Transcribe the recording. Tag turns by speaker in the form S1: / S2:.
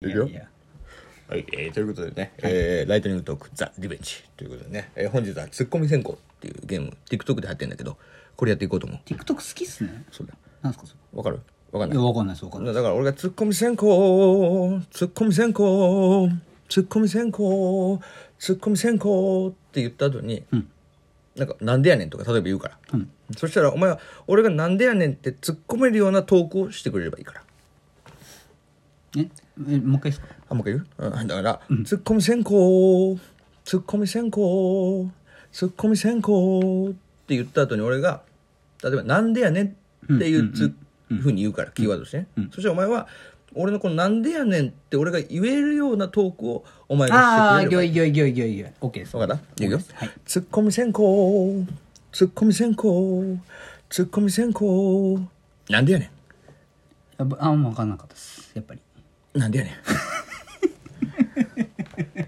S1: いくよ
S2: いや
S1: はい、えーということでね、えーライトニングトーク、ザ・リベンジということでね、えー本日はツッコミ先行っていうゲーム、TikTok で入ってんだけど、これやっていこうと思う。
S2: TikTok 好きっすね
S1: そうだ。
S2: なんすかそれ
S1: わかるわかん
S2: い
S1: な
S2: や
S1: い。
S2: わかんないですわかんない
S1: だから俺がツッコミ先行、ツッコミ先行、ツッコミ先行、ツッコミ先行って言った後に、
S2: うん
S1: なんか、なんでやねんとか、例えば言うから。
S2: うん
S1: そしたら、お前は、俺がなんでやねんって突っ込めるようなトークをしてくれればいいから。
S2: ええもう一回っすか
S1: あ、もう一回言う、うん、だから、ツッコミ先行、ツッコミ先行、ツッコミ先行って言った後に俺が、例えば、なんでやねんっていうつ、ふうに言うから、キーワードとしてね。そしてお前は、俺のこのなんでやねんって俺が言えるようなトークをお前が
S2: あ
S1: して
S2: あ
S1: くれれ
S2: 行
S1: ばいい。
S2: い行い行い行い行い OK です
S1: わかった言うよ。ツッコミ先行、ツッコミ先行、ツッコミ先行、なんでやねん。
S2: やっぱあんま分かんなかったですやっぱり
S1: なんでやねん。